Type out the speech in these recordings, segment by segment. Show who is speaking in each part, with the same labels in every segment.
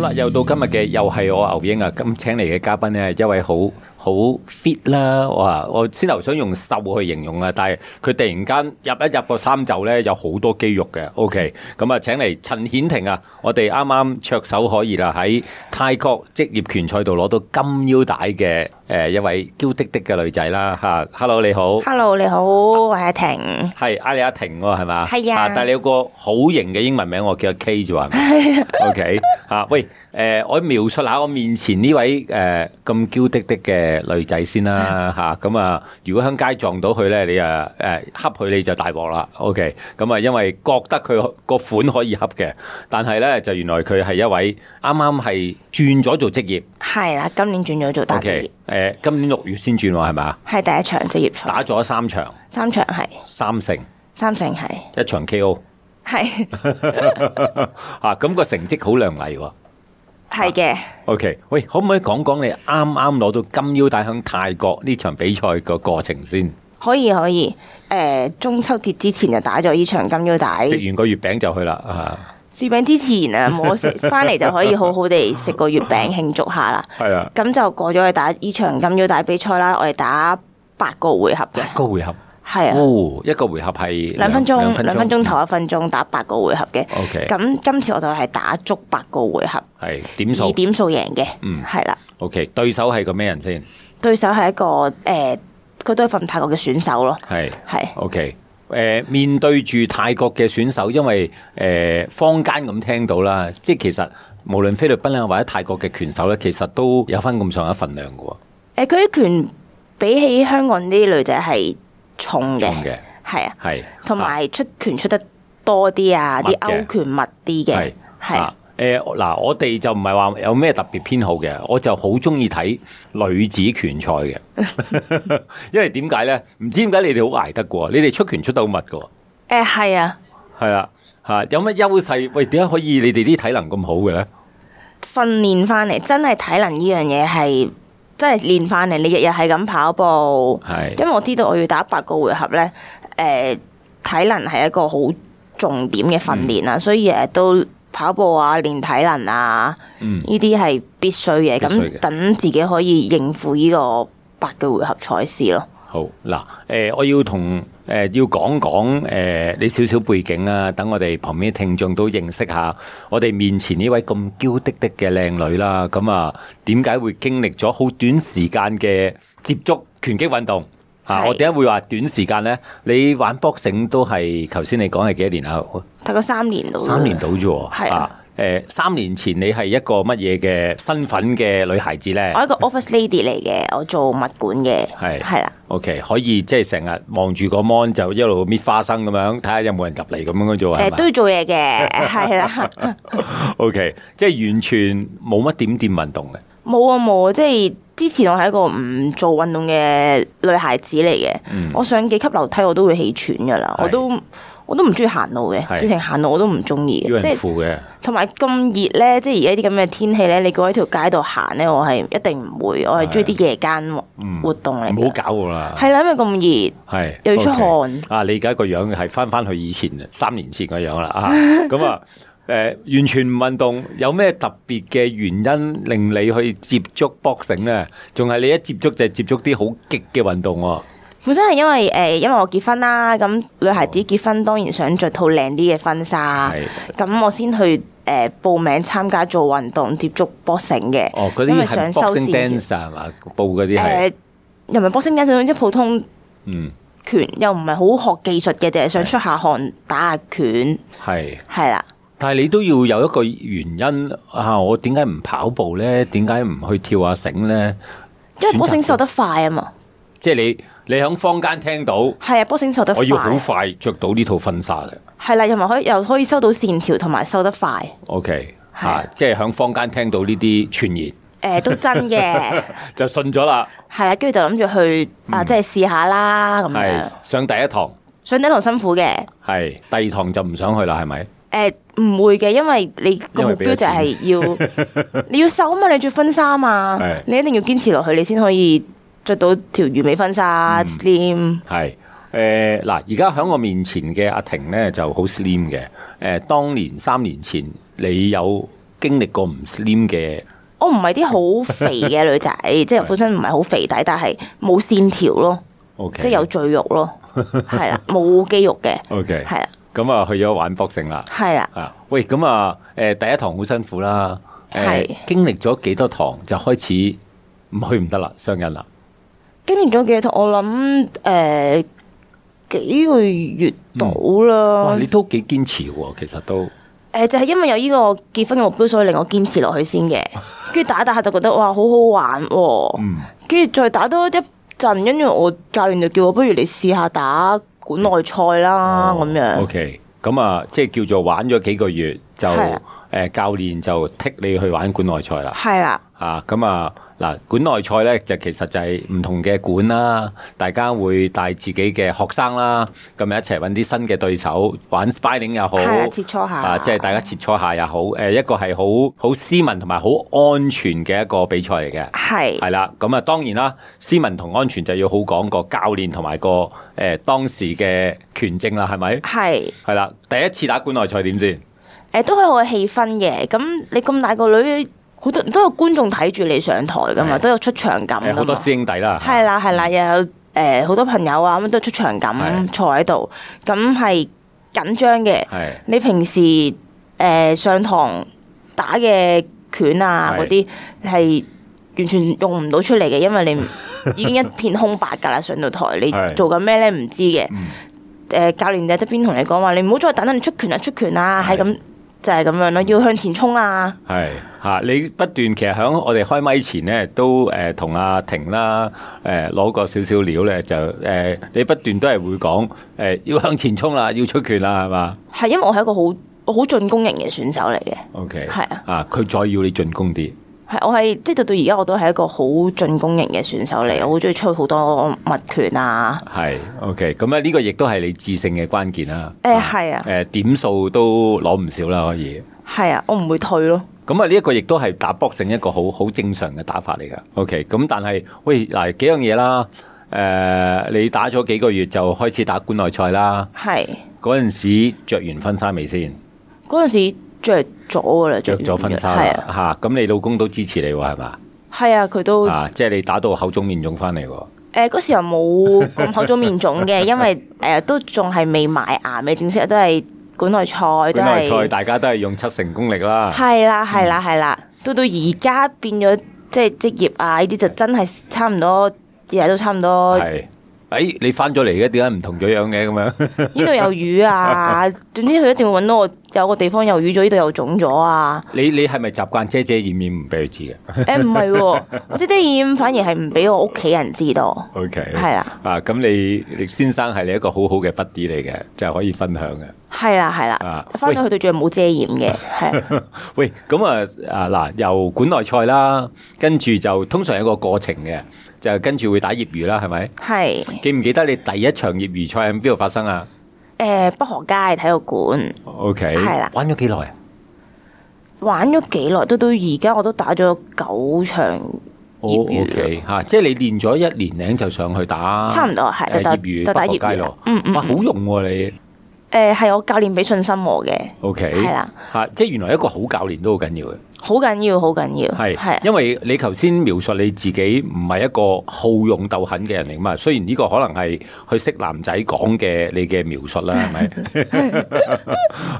Speaker 1: 啦，又到今日嘅，又係我牛英啊！咁請嚟嘅嘉賓咧，一位好好 fit 啦，哇！我先頭想用瘦去形容啊，但係佢突然間入一入個衫袖咧，有好多肌肉嘅。OK，咁啊，請嚟陳顯廷啊，我哋啱啱灼手可熱啦，喺泰國職業拳賽度攞到金腰帶嘅誒一位嬌滴滴嘅女仔啦嚇。Hello，你好。
Speaker 2: Hello，你好，我係阿婷。
Speaker 1: 係啊嗌你阿婷喎，係嘛？
Speaker 2: 係啊
Speaker 1: 但係你有個好型嘅英文名，我叫阿 K 啫喎係咪？OK，嚇喂，誒，我描述下我面前呢位誒咁嬌滴滴嘅女仔先 啦嚇，咁啊，如果喺街撞到佢咧，你啊誒恰佢你就大鑊啦。OK，咁啊，因為覺得佢個款可以恰嘅，但係咧就原來佢係一位啱啱係轉咗做職業。
Speaker 2: 係啦，今年轉咗做打職
Speaker 1: OK，
Speaker 2: 業，
Speaker 1: 誒，今年六月先轉喎，係嘛？
Speaker 2: 係第一場職業賽，
Speaker 1: 打咗三場，
Speaker 2: 三場係，
Speaker 1: 三勝，
Speaker 2: 三成係，
Speaker 1: 一場 KO。
Speaker 2: 係
Speaker 1: 啊，咁、個成績好亮麗喎。
Speaker 2: 係嘅。
Speaker 1: OK，喂，可唔可以講講你啱啱攞到金腰帶響泰國呢場比賽個過程先？
Speaker 2: 可以可以，诶、中秋節之前就打咗呢場金腰帶，
Speaker 1: 食完個月餅就去啦。啊，
Speaker 2: 雪餅之前啊冇 食，翻嚟就可以好好地食個月餅慶祝下啦。
Speaker 1: 係啊，
Speaker 2: 咁就過咗去打呢場金腰帶比賽啦，我哋打八個回合嘅，
Speaker 1: 一個回合，
Speaker 2: 係啊，
Speaker 1: 哦，一個回合係
Speaker 2: 兩分鐘，兩分鐘頭一分鐘打八個回合嘅。
Speaker 1: OK，
Speaker 2: 咁今次我就係打足八個回合。
Speaker 1: 係點
Speaker 2: 以
Speaker 1: 數
Speaker 2: 點數贏嘅，
Speaker 1: 嗯
Speaker 2: 係啦、
Speaker 1: ？OK，對手係個咩人先？
Speaker 2: 對手係一個誒，佢、都係份泰國嘅選手咯，
Speaker 1: 係。
Speaker 2: 係
Speaker 1: OK，誒、面對住泰國嘅選手，因為誒、坊間咁聽到啦，即係其實無論菲律賓啊或者泰國嘅拳手咧，其實都有翻咁上下份量嘅喎，
Speaker 2: 誒呃佢啲拳比起香港啲女仔係重
Speaker 1: 重
Speaker 2: 嘅，
Speaker 1: 嘅
Speaker 2: 係啊，
Speaker 1: 係
Speaker 2: 同埋出拳出得多啲啊，
Speaker 1: 密
Speaker 2: 啲
Speaker 1: 嘅
Speaker 2: 勾拳密啲嘅，係
Speaker 1: 啊誒嗱、我哋就唔係話有咩特別偏好嘅，我就好中意睇女子拳賽嘅， 因為點解咧？唔知點解你哋好捱得過，你哋出拳出得好密嘅喎，
Speaker 2: 誒係啊，
Speaker 1: 係啦嚇，有乜優勢？喂，點解可以你哋啲體能咁好嘅咧？
Speaker 2: 訓練翻嚟真係體能呢樣嘢係真係練翻嚟，你日日係咁跑步，
Speaker 1: 係
Speaker 2: 因為我知道我要打八個回合咧，誒、體能係一個好重點嘅訓練啦，啊所以誒都跑步啊、練體能啊，
Speaker 1: 嗯
Speaker 2: 呢啲係必須嘅。
Speaker 1: 必須嘅
Speaker 2: 咁等自己可以應付呢個八個回合賽事咯。
Speaker 1: 好嗱，誒、我要同誒、要講講誒、你少少背景啊，等我哋旁邊啲聽眾都認識下我哋面前呢位咁嬌滴滴嘅靚女啦。咁啊，點解會經歷咗好短時間嘅接觸拳擊運動？啊！
Speaker 2: 係
Speaker 1: 我點解會話短時間呢？你玩 boxing 都係頭先你講係幾多年啊？
Speaker 2: 大概三年到啦，
Speaker 1: 三年到啫喎。
Speaker 2: 係啊
Speaker 1: 誒三年前你係一個乜嘢嘅身份嘅女孩子呢？
Speaker 2: 我一個 office lady 嚟嘅，我做物管嘅，
Speaker 1: 係
Speaker 2: 係啦，
Speaker 1: O.K. 可以即係成日望住個 mon 就一路搣花生咁樣，睇下有冇人入嚟咁樣嘅啫喎，係
Speaker 2: 誒
Speaker 1: 嘛
Speaker 2: 都要做嘢嘅，係啦，
Speaker 1: ？O.K. 即係完全冇乜點掂運動嘅。
Speaker 2: 冇啊冇啊，即係之前我係一個唔做運動嘅女孩子嚟嘅，
Speaker 1: 嗯，
Speaker 2: 我上幾級樓梯我都會氣喘噶啦，
Speaker 1: 係
Speaker 2: 我都我都唔中意行路
Speaker 1: 係
Speaker 2: 嘅，直情行路我都唔中意
Speaker 1: 要
Speaker 2: 嘅，即
Speaker 1: 人
Speaker 2: 係啊
Speaker 1: 扶嘅。
Speaker 2: 同埋咁熱咧，即係而家啲咁嘅天氣咧，你過喺條街度行咧，我係一定唔會，我係中意啲夜間活
Speaker 1: 嗯
Speaker 2: 活動嚟
Speaker 1: 唔好
Speaker 2: 嘅。
Speaker 1: 搞我啦，
Speaker 2: 係啦，因為咁
Speaker 1: 係
Speaker 2: 熱又要出
Speaker 1: OK
Speaker 2: 汗，
Speaker 1: 啊！你而家個樣係翻翻去以前三年前個樣啦啊！ 咁啊，誒、完全唔運動，有咩特別嘅原因令你去接觸 boxing 咧？仲係你一接觸就係接觸啲好激嘅運動喎、
Speaker 2: 本身係因為誒、呃因為我結婚啦，咁女孩子結婚當然想着套靚啲嘅婚紗，
Speaker 1: 哦係
Speaker 2: 咁我先去誒、呃、報名參加做運動接觸 boxing 嘅。
Speaker 1: 哦，嗰
Speaker 2: 因
Speaker 1: 啲
Speaker 2: 為想
Speaker 1: 係
Speaker 2: 收
Speaker 1: boxing
Speaker 2: 線
Speaker 1: dance 係嘛？報嗰啲
Speaker 2: 誒、
Speaker 1: 係
Speaker 2: 又唔係 boxing 單，即係普通
Speaker 1: 嗯。
Speaker 2: 拳又唔係好學技術嘅，就係想出下汗打下拳，
Speaker 1: 係，
Speaker 2: 係啦。
Speaker 1: 但係你都要有一個原因啊！我點解唔跑步咧？點解唔去跳下繩咧？
Speaker 2: 因為
Speaker 1: 選擇
Speaker 2: boxing 瘦得快啊嘛，
Speaker 1: 即係你你喺坊間聽到，
Speaker 2: 係啊，boxing 瘦得
Speaker 1: 我要好
Speaker 2: 快，
Speaker 1: 快着到呢套婚紗嘅。
Speaker 2: 係啦，又咪可以又可以收到線條同埋瘦得快，
Speaker 1: OK，
Speaker 2: 係
Speaker 1: 嚇、即係喺坊間聽到呢啲傳言
Speaker 2: 誒、都真 嘅，
Speaker 1: 就信咗啦。
Speaker 2: 係啦，跟住就諗住去啊，即係試下啦咁啊樣
Speaker 1: 嗯係。上第一堂，
Speaker 2: 上頂堂辛苦嘅，
Speaker 1: 係第二堂就唔想去啦，係咪？
Speaker 2: 誒、唔會嘅，因為你個
Speaker 1: 因
Speaker 2: 目
Speaker 1: 為俾咗
Speaker 2: 標就係 要你要瘦啊嘛，你着婚紗啊嘛
Speaker 1: 係，
Speaker 2: 你一定要堅持落去，你先可以着到條魚尾婚紗
Speaker 1: 嗯
Speaker 2: slim。
Speaker 1: 係誒嗱，而家喺我面前嘅阿婷咧就好 slim 嘅。誒、當年三年前你有經歷過唔 slim 嘅，
Speaker 2: 我唔係啲好肥 嘅女仔，即係本身唔係好肥底，但係冇線條咯，
Speaker 1: OK，
Speaker 2: 即係有赘肉 咯，係啦，冇肌肉嘅，
Speaker 1: OK，
Speaker 2: 係啦，
Speaker 1: 咁啊去咗玩 boxing 啦。
Speaker 2: 係啦，
Speaker 1: 啊，喂，咁啊，誒第一堂好辛苦啦，誒
Speaker 2: 係
Speaker 1: 經歷咗幾多堂就開始唔去唔得啦，上癮啦。
Speaker 2: 經歷咗幾多堂，我諗誒幾個月到啦哦
Speaker 1: 哇，。你都幾堅持喎，其實都
Speaker 2: 誒、
Speaker 1: 嗯
Speaker 2: 就係、因為有呢個結婚嘅目標，所以令我堅持落去先 嘅。跟住打一打下就覺得哇，好好玩喎、
Speaker 1: 嗯
Speaker 2: 跟住再打多一陣，跟住我教練就叫我不如你試下打館內賽啦啊咁、樣。
Speaker 1: 哦 OK，咁啊，即係叫做玩咗幾個月就
Speaker 2: 係
Speaker 1: 誒
Speaker 2: 啊
Speaker 1: 教練就剔你去玩館內賽啦。
Speaker 2: 係啦，
Speaker 1: 啊，咁啊，嗱，館內賽咧就其實就係唔同嘅館啦，大家會帶自己嘅學生啦，咁啊一齊揾啲新嘅對手玩 spinning 又好，
Speaker 2: 係啦，切磋下。
Speaker 1: 啊，即係大家切磋下又好，誒一個係好好斯文同埋好安全嘅一個比賽嚟嘅。
Speaker 2: 係
Speaker 1: 係啦，咁啊當然啦，斯文同安全就要好講個教練同埋個誒、呃、當時嘅權證啦，係咪？
Speaker 2: 係
Speaker 1: 係啦，第一次打館內賽點先？
Speaker 2: 誒，都係我嘅氣氛嘅。咁你咁大個女，好多都有觀眾睇住你上台噶嘛，
Speaker 1: 係
Speaker 2: 都有出場感
Speaker 1: 誒
Speaker 2: 噶
Speaker 1: 好多
Speaker 2: 嘛。
Speaker 1: 師兄啊弟啦，
Speaker 2: 啊係啦係啦，又有誒好多朋友啊，咁都出場感
Speaker 1: 係
Speaker 2: 坐喺度，咁係緊張嘅。
Speaker 1: 係
Speaker 2: 你平時誒、呃上堂打嘅拳啊
Speaker 1: 係
Speaker 2: 嗰啲係完全用唔到出嚟嘅，因為你唔 已經一片空白㗎啦。上到台你
Speaker 1: 係
Speaker 2: 做緊咩咧唔知嘅。誒、
Speaker 1: 嗯
Speaker 2: 教練就喺側邊同你講話，你唔好再等啦，你出拳啊出拳啊，
Speaker 1: 係嗯
Speaker 2: 係咁就係咁樣咯，要向前衝啊！
Speaker 1: 係嚇、啊你不斷其實喺我哋開咪前咧，都誒同阿婷啦誒攞過少少料咧，就誒、呃你不斷都係會講誒、呃要向前衝啦，要出拳啦，係嘛
Speaker 2: 係因為我係一個好我好進攻型嘅選手嚟嘅，
Speaker 1: ？OK，
Speaker 2: 係啊
Speaker 1: 啊，佢再要你進攻啲。
Speaker 2: 係我係即係到到而家我都係一個好進攻型嘅選手嚟，我好中意出好多密拳啊！
Speaker 1: 系，OK，咁啊呢個亦都係你致勝嘅關鍵啦。
Speaker 2: 誒係啊
Speaker 1: 誒、點數都攞唔少啦，可以。
Speaker 2: 係啊，我唔會退咯。
Speaker 1: 咁啊呢一個亦都係打 boxing 一個好好正常嘅打法嚟噶。OK，咁但係喂嗱幾樣嘢啦，誒、你打咗幾個月就開始打館內賽啦。
Speaker 2: 係
Speaker 1: 嗰陣時着完婚紗未先？
Speaker 2: 嗰陣時着咗噶啦，
Speaker 1: 着咗婚紗
Speaker 2: 係啊，
Speaker 1: 啦，嚇咁、你老公都支持你喎，係嘛？
Speaker 2: 係啊，佢都誒
Speaker 1: 啊，即係你打到口腫面腫翻嚟喎。
Speaker 2: 嗰時候冇咁口腫面腫嘅，因為 誒都仲係未埋牙，未正式都係館內賽，都
Speaker 1: 館內賽
Speaker 2: 係
Speaker 1: 大家都係用七成功力啦。
Speaker 2: 係
Speaker 1: 嗯
Speaker 2: 啦，係啦，係啦，到到而家變咗即係職業啊！呢啲就真係差唔多，日日都差唔多，
Speaker 1: 係，誒、你翻咗嚟嘅，點解唔同咗樣嘅咁樣？
Speaker 2: 呢度有魚啊，總之佢一定會揾到我有個地方有魚咗，呢度又腫咗啊！
Speaker 1: 你你係咪習慣遮遮掩掩唔俾佢知嘅
Speaker 2: 誒唔係喎，我姐姐染反而係唔俾我屋企人知道，
Speaker 1: ？O K，
Speaker 2: 係啦。
Speaker 1: 啊，咁你你先生係你一個好好嘅筆啲嚟嘅，就係可以分享嘅。
Speaker 2: 係啦，係啦
Speaker 1: 啊，
Speaker 2: 翻咗去對住係冇遮掩嘅， 係
Speaker 1: 喂，咁啊啊嗱，由館內賽啦，跟住就通常有個過程嘅，就跟住會打業餘啦，係咪？
Speaker 2: 係
Speaker 1: 記唔記得你第一場業餘賽喺邊度發生啊
Speaker 2: 誒北河街體育館
Speaker 1: ？O K，
Speaker 2: 係啦
Speaker 1: 玩咗幾耐啊？
Speaker 2: 玩咗幾耐，到到而家我都打咗九場業餘
Speaker 1: O
Speaker 2: 啦
Speaker 1: K 嚇，即係你練咗一年零就上去打，
Speaker 2: 差唔多係
Speaker 1: 誒
Speaker 2: 就打
Speaker 1: 業餘
Speaker 2: 就打
Speaker 1: 北
Speaker 2: 業
Speaker 1: 角街
Speaker 2: 餘啦
Speaker 1: 咯。
Speaker 2: 嗯嗯
Speaker 1: 哇，好用喎你。
Speaker 2: 誒係我教練俾信心我嘅，
Speaker 1: O K，
Speaker 2: 係啦，
Speaker 1: 嚇，即係原來一個好教練都好緊要嘅。
Speaker 2: 好緊要，好緊要，
Speaker 1: 係，
Speaker 2: 係
Speaker 1: 因為你頭先描述你自己唔係一個好勇鬥狠嘅人嚟嘛，雖然呢個可能係去識男仔講嘅你嘅描 述啦，係咪？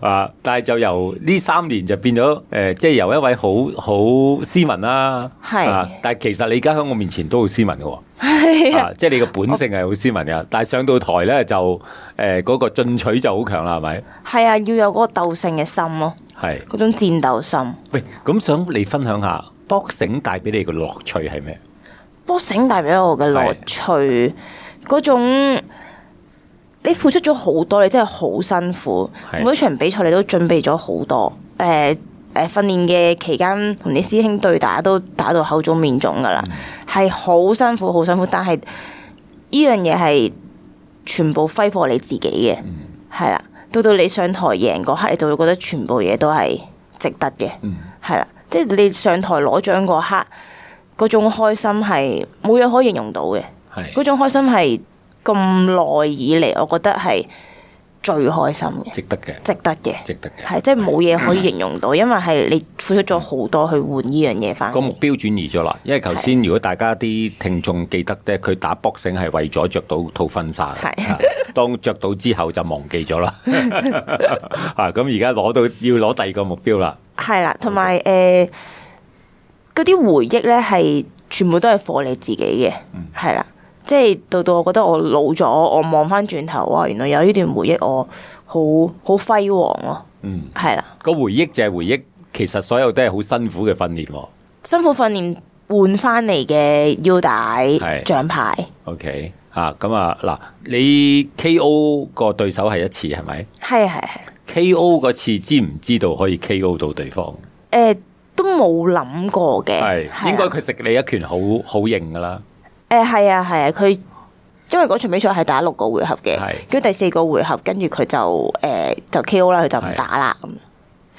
Speaker 1: 啊，但係就由呢三年就變咗誒、呃即係由一位好好斯文啦，
Speaker 2: 係
Speaker 1: 啊，但係其實你而家喺我面前都好斯文嘅喎。
Speaker 2: 哎
Speaker 1: 啊，即係你嘅本性係好斯文嘅，但係上到台咧就誒嗰、個進取就好強啦，係咪？
Speaker 2: 係啊，要有嗰個鬥性嘅心咯，
Speaker 1: 係。
Speaker 2: 嗰種戰鬥心。
Speaker 1: 喂，咁想你分享下 boxing 帶俾你嘅樂趣係咩？
Speaker 2: boxing 帶俾我嘅樂趣，嗰種你付出咗好多，你真係好辛苦。
Speaker 1: 係
Speaker 2: 每一場比賽你都準備咗好多，誒、誒、訓練嘅期間同啲師兄對打都打到口腫面腫噶啦，係好、辛苦，好辛苦。但係呢樣嘢係全部揮霍你自己嘅，係啦、到到你上台贏嗰刻，你就會覺得全部嘢都係值得嘅。係啦，即係你上台攞獎嗰刻，嗰種開心係冇嘢可以形容到嘅，
Speaker 1: 係
Speaker 2: 嗰種開心係咁耐以嚟，我覺得係最開心嘅，
Speaker 1: 值得嘅，
Speaker 2: 值得嘅，
Speaker 1: 值得嘅。
Speaker 2: 係即係冇嘢可以形容到，因為係你付出咗好多去換呢樣嘢翻
Speaker 1: 個目
Speaker 2: 嚟。
Speaker 1: 標轉移咗啦，因為頭先如果大家啲聽眾記得咧，佢打 boxing 係為咗着到套婚紗嘅，
Speaker 2: 係
Speaker 1: 啊當着到之後就忘記咗啦。啊，咁而家攞到要攞第二個目標啦，
Speaker 2: 係啦，同埋誒嗰啲回憶咧係全部都係 for 你自己嘅，係啦、即係到到我覺得我老咗，我望翻轉頭，哇！原來有呢段回憶，我好好輝煌咯、
Speaker 1: 嗯，
Speaker 2: 係啦。
Speaker 1: 個回憶就係回憶，其實所有都係好辛苦嘅訓練喎。
Speaker 2: 辛苦訓練換翻嚟嘅腰帶
Speaker 1: 係、
Speaker 2: 獎牌，
Speaker 1: OK，啊，咁啊嗱，你 KO 個對手係一次係咪
Speaker 2: 係啊係係，
Speaker 1: ？KO 嗰次知唔知道可以 KO 到對方？
Speaker 2: 誒、呃都冇諗過嘅，
Speaker 1: 係
Speaker 2: 係
Speaker 1: 應該
Speaker 2: 啊
Speaker 1: 佢食你一拳好好型㗎啦。
Speaker 2: 誒係啊係啊，佢、因為嗰場比賽係打六個回合嘅
Speaker 1: 係，
Speaker 2: 跟住第四個回合跟住佢就誒、就 K.O. 啦，佢就唔打啦咁。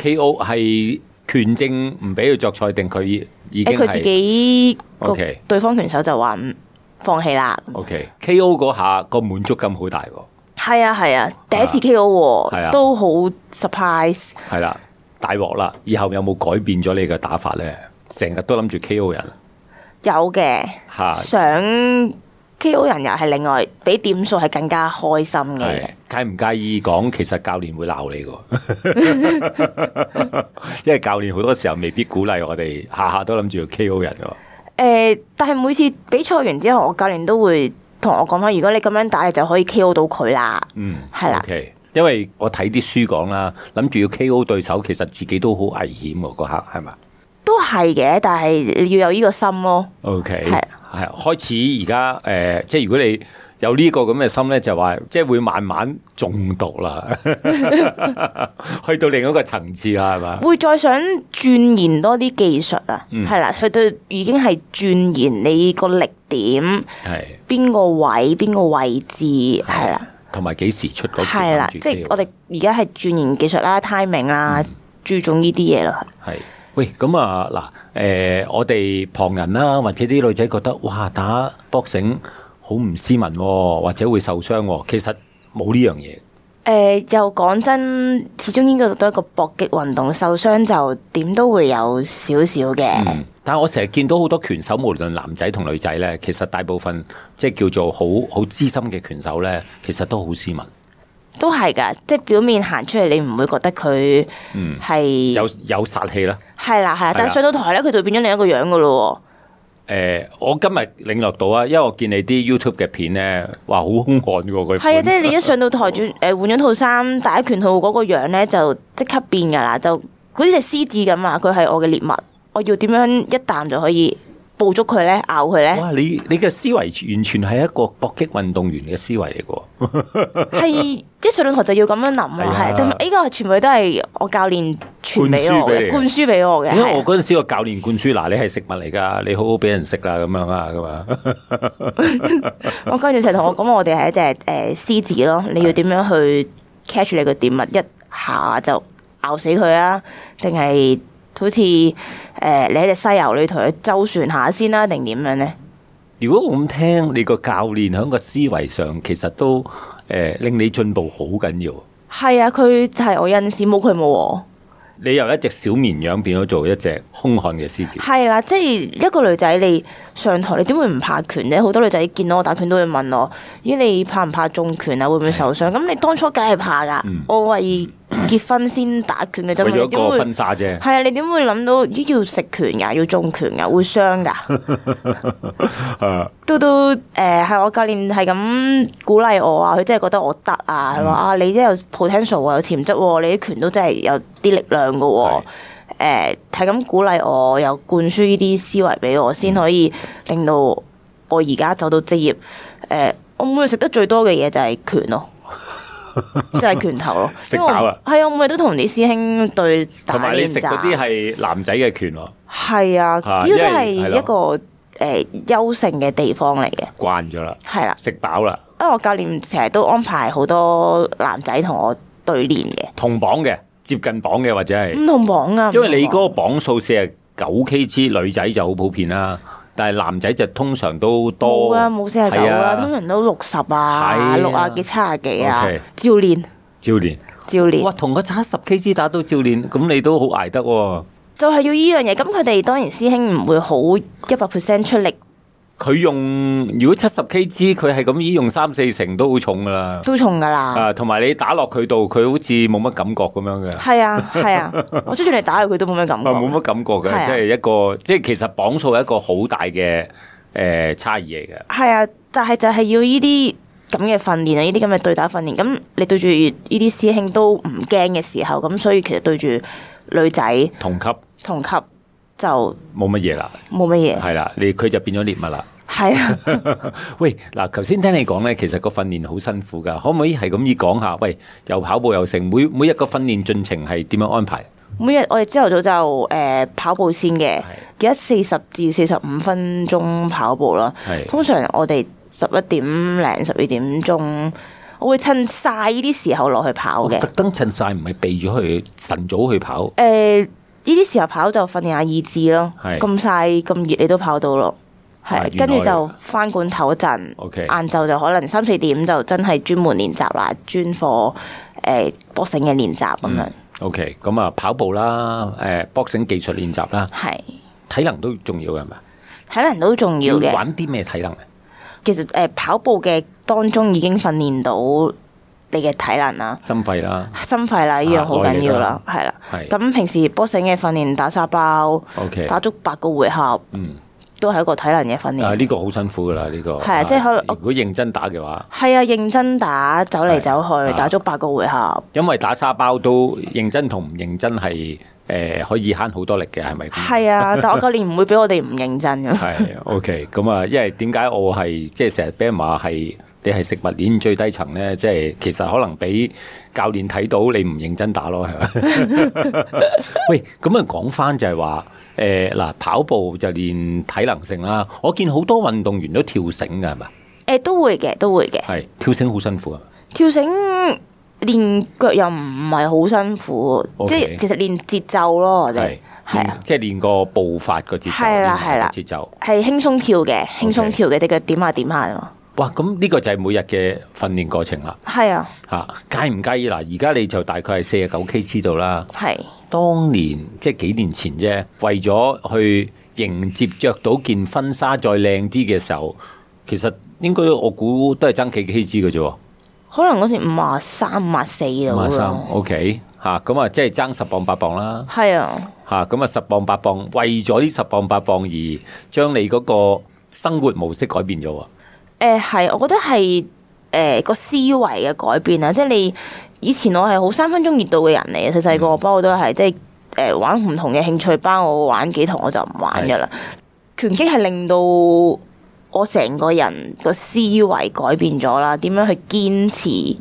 Speaker 1: KO 係權證唔俾佢作賽定佢已經
Speaker 2: 誒
Speaker 1: 係
Speaker 2: 佢自己個
Speaker 1: OK
Speaker 2: 對方拳手就話唔放棄啦。咁
Speaker 1: OK KO 嗰下個滿足感好大喎，
Speaker 2: 係啊係啊，第一
Speaker 1: 係啊
Speaker 2: 次 K.O.
Speaker 1: 係
Speaker 2: 喎，
Speaker 1: 啊
Speaker 2: 都好 surprise。
Speaker 1: 係啦，大鑊啦！以後有冇改變咗你嘅打法呢？成日都諗住 KO 人
Speaker 2: 有嘅，
Speaker 1: 嚇，
Speaker 2: 想 K.O. 人又係另外俾點數係更加開心嘅。
Speaker 1: 係介唔介意講？其實教練會鬧你 喎， 因為教練好多時候未必鼓勵我哋下下都諗住要 KO 人喎。
Speaker 2: 誒、呃但係每次比賽完之後，我教練都會同我講翻，如果你咁樣打，你就可以 KO 到佢啦。
Speaker 1: 嗯，
Speaker 2: 係啦
Speaker 1: o k 因為我睇啲書講啦，諗住要 KO 對手，其實自己都好危險喎，嗰刻係嘛？
Speaker 2: 都係嘅，但係要有呢個心咯。
Speaker 1: O K，
Speaker 2: 係啊
Speaker 1: 係開始而家誒，即係如果你有呢個咁嘅心咧，就話即係會慢慢中毒啦， 去到另一個層次啦，係嘛？
Speaker 2: 會再想鑽研多啲技術啊，
Speaker 1: 啊嗯
Speaker 2: 係啦、佢對已經係鑽研你個力點，
Speaker 1: 係，
Speaker 2: 邊個位邊個位置係啦，
Speaker 1: 同埋幾時出嗰條
Speaker 2: 係啦，
Speaker 1: 諗住
Speaker 2: 即係
Speaker 1: KO
Speaker 2: 我哋而家係鑽研技術啦、timing 啦，
Speaker 1: 嗯
Speaker 2: 注重呢啲嘢咯。
Speaker 1: 係。喂，咁啊嗱，誒、我哋旁人啦，或者啲女仔覺得哇，打 boxing 好唔斯文、喎，或者會受傷、喎。其實冇呢樣嘢。
Speaker 2: 誒、又講真，始終呢個都係一個搏擊運動，受傷就點都會有少少嘅。
Speaker 1: 嗯，但係我成日見到好多拳手，無論男仔同女仔咧，其實大部分即係叫做好好資深嘅拳手咧，其實都好斯文，
Speaker 2: 都係㗎，即係表面行出嚟，你唔會覺得佢
Speaker 1: 嗯，
Speaker 2: 係
Speaker 1: 有啊有殺氣啦。
Speaker 2: 係啦係啦，但係上到台咧，佢就變咗另一個樣㗎咯
Speaker 1: 誒、我今日領略到啊，因為我見你啲 YouTube 嘅片咧，哇，好兇悍嘅喎佢
Speaker 2: 喎。係啊，
Speaker 1: 款。
Speaker 2: 即係你一上到台
Speaker 1: 哦
Speaker 2: 轉誒換咗套衫，打拳套嗰個樣咧就即刻變㗎啦，就好似隻獅子咁啊！佢係我嘅獵物，我要點樣一啖就可以捕捉佢咧，咬佢咧，
Speaker 1: 哇！你你嘅思維完全係一個搏擊運動員嘅思維嚟嘅喎，
Speaker 2: 係一上到台就要咁樣諗啊！
Speaker 1: 係啊
Speaker 2: 係，但係呢個全部都係我教練傳俾我嘅，灌
Speaker 1: 灌
Speaker 2: 輸俾我嘅。
Speaker 1: 因為
Speaker 2: 係啊
Speaker 1: 我嗰陣時個教練灌輸嗱，你係食物嚟㗎，你好好俾人食啦咁樣啊咁啊，
Speaker 2: 我跟住成日同我講，我哋係一隻誒獅子咯，你要點樣去 catch 你個點物一下就咬死佢啊？定係好似誒、呃你一隻犀牛，你同佢周旋下先啦、定點樣咧？
Speaker 1: 如果我咁聽，你個教練喺個思維上其實都誒、呃令你進步好緊要。
Speaker 2: 係啊，佢係我有陣時冇佢冇我，
Speaker 1: 你由一隻小綿羊變咗做一隻兇悍嘅獅子，
Speaker 2: 係啦、即係一個女仔你上台，你點會唔怕拳咧？好多女仔見到我打拳都會問我：咦，你怕唔怕中拳啊？會唔會受傷？咁你當初梗係怕㗎，
Speaker 1: 嗯
Speaker 2: 我為結婚先打拳嘅啫
Speaker 1: 為
Speaker 2: 嘛，你
Speaker 1: 咗
Speaker 2: 點
Speaker 1: 個
Speaker 2: 會？
Speaker 1: 婚紗啫。
Speaker 2: 係啊，你點會諗到咦要食拳㗎，要中拳㗎，會傷㗎？
Speaker 1: 啊
Speaker 2: 到到誒係我教練係咁鼓勵我啊，佢真係覺得我得啊，
Speaker 1: 嗯
Speaker 2: 佢話啊你真係有 potential 啊，有潛質喎，你啲拳都真係有啲力量㗎喎。誒係咁鼓勵我，又灌輸呢啲思維俾我，
Speaker 1: 嗯
Speaker 2: 先可以令到我而家走到職業。誒、我每日食得最多嘅嘢就係 拳咯，就係拳頭咯。
Speaker 1: 食飽啊
Speaker 2: 因為我！係啊，我每日都同啲師兄對打
Speaker 1: 同埋你
Speaker 2: 呢
Speaker 1: 食
Speaker 2: 扎
Speaker 1: 嗰啲係男仔嘅拳喎，
Speaker 2: 係啊，
Speaker 1: 啊
Speaker 2: 呢個都係
Speaker 1: 因為
Speaker 2: 一個誒優勝嘅地方嚟嘅，
Speaker 1: 慣咗啦，
Speaker 2: 係啦。
Speaker 1: 食飽啦，
Speaker 2: 因為我教練成日都安排好多男仔同我對練嘅，
Speaker 1: 同榜嘅接近榜嘅或者係，
Speaker 2: 唔同榜啊。
Speaker 1: 因為你
Speaker 2: 唔同
Speaker 1: 嗰個榜數四十九 K 之女仔就好普遍啦，但係男仔就通常都
Speaker 2: 榜冇
Speaker 1: 多。
Speaker 2: 啊，冇四十九
Speaker 1: 係
Speaker 2: 啦，
Speaker 1: 啊
Speaker 2: 通常都六十啊，
Speaker 1: 係啊
Speaker 2: 六啊幾、七啊幾啊
Speaker 1: OK，
Speaker 2: 照練
Speaker 1: 照練。
Speaker 2: 照練。
Speaker 1: 哇，同個差十 kg 打到照練，咁你都好捱得喎。
Speaker 2: 就係要呢樣嘢。咁佢哋當然師兄唔會好一百 percent 出力，
Speaker 1: 佢用如果七十 kg，佢係咁依用三四成都好重噶啦。
Speaker 2: 都重㗎啦。
Speaker 1: 啊，同埋你打落佢度，佢好似冇乜感覺咁樣嘅。
Speaker 2: 係啊，係 啊，我追住你打佢，佢都冇咩感覺。
Speaker 1: 啊，冇乜感覺
Speaker 2: 係
Speaker 1: 嘅，
Speaker 2: 啊
Speaker 1: 即係一個，即係其實磅數係一個好大嘅诶、呃差異嚟嘅。
Speaker 2: 係啊，但係就係要呢啲咁嘅訓練啊，呢啲咁嘅對打訓練。咁你對住呢啲師兄都唔驚嘅時候，咁所以其實對住女仔
Speaker 1: 同級
Speaker 2: 同級就
Speaker 1: 冇乜嘢 啦，
Speaker 2: 冇乜嘢。
Speaker 1: 係啦，你佢就變咗獵物啦。
Speaker 2: 係啊，
Speaker 1: 喂，嗱，頭先聽你講咧，其實個訓練好辛苦噶，可唔可以係咁意講下？喂，又跑步又成，每每日個訓練進程係點樣安排？
Speaker 2: 每日我哋朝頭早就誒、呃跑步先嘅
Speaker 1: 係，
Speaker 2: 而家四十至四十五分鐘跑步啦。
Speaker 1: 係
Speaker 2: 通常我哋十一點零十二點鐘，我會趁晒呢啲時候落去跑
Speaker 1: 我
Speaker 2: 嘅
Speaker 1: 特。登趁晒唔係避咗去晨早去跑，
Speaker 2: 誒呃呢啲時候跑就訓練下意志咯。
Speaker 1: 係
Speaker 2: 咁晒咁熱你都跑到咯，
Speaker 1: 啊
Speaker 2: 係
Speaker 1: 原
Speaker 2: 跟住
Speaker 1: 來
Speaker 2: 就翻館唞一陣。
Speaker 1: OK
Speaker 2: 晏晝就可能三四點就真係專門練習啦，專課誒 boxing 嘅練習咁樣，
Speaker 1: 嗯 OK，咁啊跑步啦，誒 boxing 技術練習啦，
Speaker 2: 係
Speaker 1: 體能都重要嘅係咪？
Speaker 2: 體能都重要嘅。
Speaker 1: 玩啲咩體能啊？
Speaker 2: 其實誒、呃跑步嘅當中已經訓練到你嘅體能啦、
Speaker 1: 心肺啦，
Speaker 2: 心肺啦，
Speaker 1: 啊
Speaker 2: 呢樣好緊要啦，係啦。
Speaker 1: 係
Speaker 2: 咁平時 boxing 嘅訓練打沙包、
Speaker 1: OK，
Speaker 2: 打足八個回合，
Speaker 1: 嗯，
Speaker 2: 都係一個體能嘅訓
Speaker 1: 啊
Speaker 2: 練。
Speaker 1: 呢個好辛苦噶啦，呢個
Speaker 2: 係啊即係可能
Speaker 1: 如果認真打嘅話。
Speaker 2: 係啊，認真打，走嚟走
Speaker 1: 係啊
Speaker 2: 去，打足八個回合。
Speaker 1: 因為打沙包都認真同唔認真係誒、可以慳好多力嘅，係咪？
Speaker 2: 係啊，但我教練唔會俾我哋唔認 真嘅。
Speaker 1: 係 OK，咁啊，因為點解我係即係成日俾人話係你係食物鏈最低層咧？即係其實可能俾教練睇到你唔認真打咯，係咪？ 喂，咁啊講翻就係話誒嗱，跑步就練體能性啦。我見好多運動員都跳繩㗎，係咪？
Speaker 2: 誒都會嘅，都會嘅。
Speaker 1: 係跳繩好辛苦啊！
Speaker 2: 跳繩練腳又唔係好辛苦，即
Speaker 1: OK
Speaker 2: 係其實練節奏咯，我哋
Speaker 1: 係嗯
Speaker 2: 係啊
Speaker 1: 練，即係練個步伐個節奏，
Speaker 2: 係啦
Speaker 1: 練埋
Speaker 2: 係啦
Speaker 1: 個節奏。
Speaker 2: 係輕鬆跳嘅，輕
Speaker 1: OK
Speaker 2: 鬆跳嘅，隻腳點下點下啊嘛。
Speaker 1: 哇！咁呢個就係每日嘅訓練過程啦，
Speaker 2: 係啊，
Speaker 1: 嚇、介唔介意嗱？而家你就大概係四十九 K 知道啦。
Speaker 2: 係
Speaker 1: 當年即係幾年前啫，為咗去迎接着到件婚紗再靚啲嘅時候，其實應該我估都係爭幾 K 知嘅啫喎，
Speaker 2: 可能嗰時五啊三、五啊四度
Speaker 1: 五十三
Speaker 2: 咯。
Speaker 1: OK 嚇、咁啊即係爭十磅八磅啦
Speaker 2: 係啊，
Speaker 1: 嚇，咁啊十磅八磅為咗呢十磅八磅而將你嗰個生活模式改變咗喎。
Speaker 2: 誒呃係，我覺得係誒個思維嘅改變啊，即係你以前我係好三分鐘熱度嘅人嚟嘅，細細個不過都係即係誒玩唔同嘅興趣班，我玩幾堂我就唔玩噶啦。拳擊係令到我成個人個思維改變咗啦，點樣去堅持一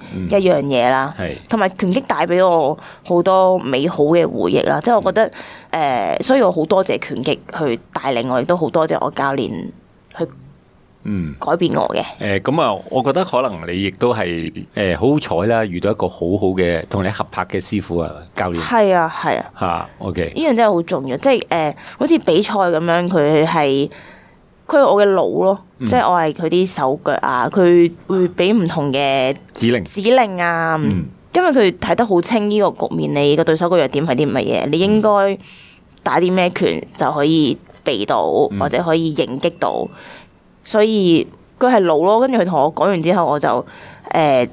Speaker 2: 樣嘢啦。
Speaker 1: 係
Speaker 2: 同埋拳擊帶俾我好多美好嘅回憶啦，即係我覺得誒、呃所以我好多謝拳擊去帶領我，亦都好多謝我教練去
Speaker 1: 嗯。
Speaker 2: 改變我嘅。
Speaker 1: 誒咁啊，我覺得可能你亦都係誒好彩啦，遇到一個好好嘅同你合拍嘅師傅啊，教練
Speaker 2: 係啊，係啊，
Speaker 1: 嚇、OK，
Speaker 2: 呢樣真係好重要，即係誒、呃好似比賽咁樣，佢係佢係我嘅腦咯，即係我係佢啲手腳啊，佢會俾唔同嘅
Speaker 1: 指令，
Speaker 2: 指令啊，
Speaker 1: 嗯
Speaker 2: 因為佢睇得好清呢個局面，你個對手個弱點係啲乜嘢，你應該打啲咩拳就可以避到，或者可以迎擊到，所以佢係腦咯，跟住佢同我講完之後，我就誒。呃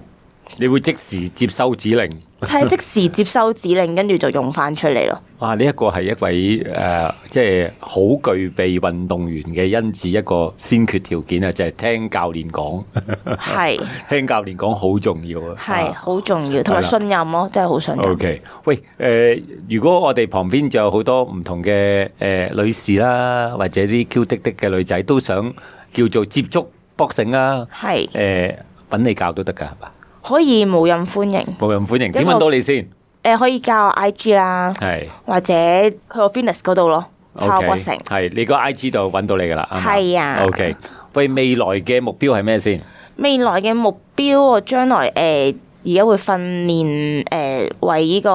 Speaker 1: 你會即時接收指令。
Speaker 2: 係即時接收指令，跟住就用翻出嚟咯。
Speaker 1: 哇！呢、一個係一位誒、呃即係好具備運動員嘅因子一個先決條件啊，就係、聽教練講，
Speaker 2: 係。
Speaker 1: 聽教練講好重要啊。
Speaker 2: 係
Speaker 1: 啊
Speaker 2: 好重要，同
Speaker 1: 係
Speaker 2: 埋
Speaker 1: 啦
Speaker 2: 信任咯，真係好信任。
Speaker 1: O K，喂，誒、如果我哋旁邊仲有好多唔同嘅誒、女士啦，或者啲嬌滴滴嘅女仔都想叫做接觸 boxing 啦，
Speaker 2: 係
Speaker 1: 誒、揾你教都得㗎，係嘛？
Speaker 2: 可以無任歡迎。
Speaker 1: 冇人歡迎，
Speaker 2: 個
Speaker 1: 點揾到你先？
Speaker 2: 誒、可以加我 I G 啦，
Speaker 1: 係
Speaker 2: 或者去我 Fitness 嗰度咯，
Speaker 1: ，O
Speaker 2: 泡
Speaker 1: K，
Speaker 2: 國城。
Speaker 1: 係你個 I G 度揾到你㗎啦，啱嘛
Speaker 2: 係啊
Speaker 1: O K，喂，未來嘅目標係咩先？
Speaker 2: 未來嘅目標，我將來誒而家會訓練誒、為呢個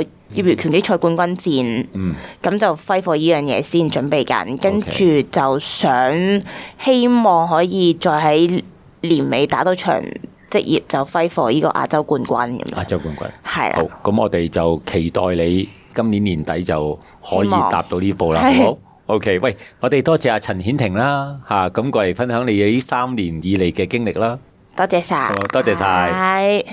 Speaker 2: 業餘拳擊賽冠軍戰，咁、就揮霍呢樣嘢先準備緊，跟
Speaker 1: 嗯 OK
Speaker 2: 住就想希望可以再喺年尾打到場職業就揮霍呢個亞洲冠軍咁
Speaker 1: 亞
Speaker 2: 樣，
Speaker 1: 洲冠軍。
Speaker 2: 係
Speaker 1: 好
Speaker 2: 啦，，
Speaker 1: 咁我哋就期待你今年年底就可以
Speaker 2: 希望
Speaker 1: 踏到呢步啦，好
Speaker 2: 係
Speaker 1: 冇 OK，喂，我哋多謝阿陳顯婷啦，吓、咁過嚟分享你呢三年以嚟嘅經歷啦。
Speaker 2: 多謝晒
Speaker 1: 好，多謝晒
Speaker 2: 係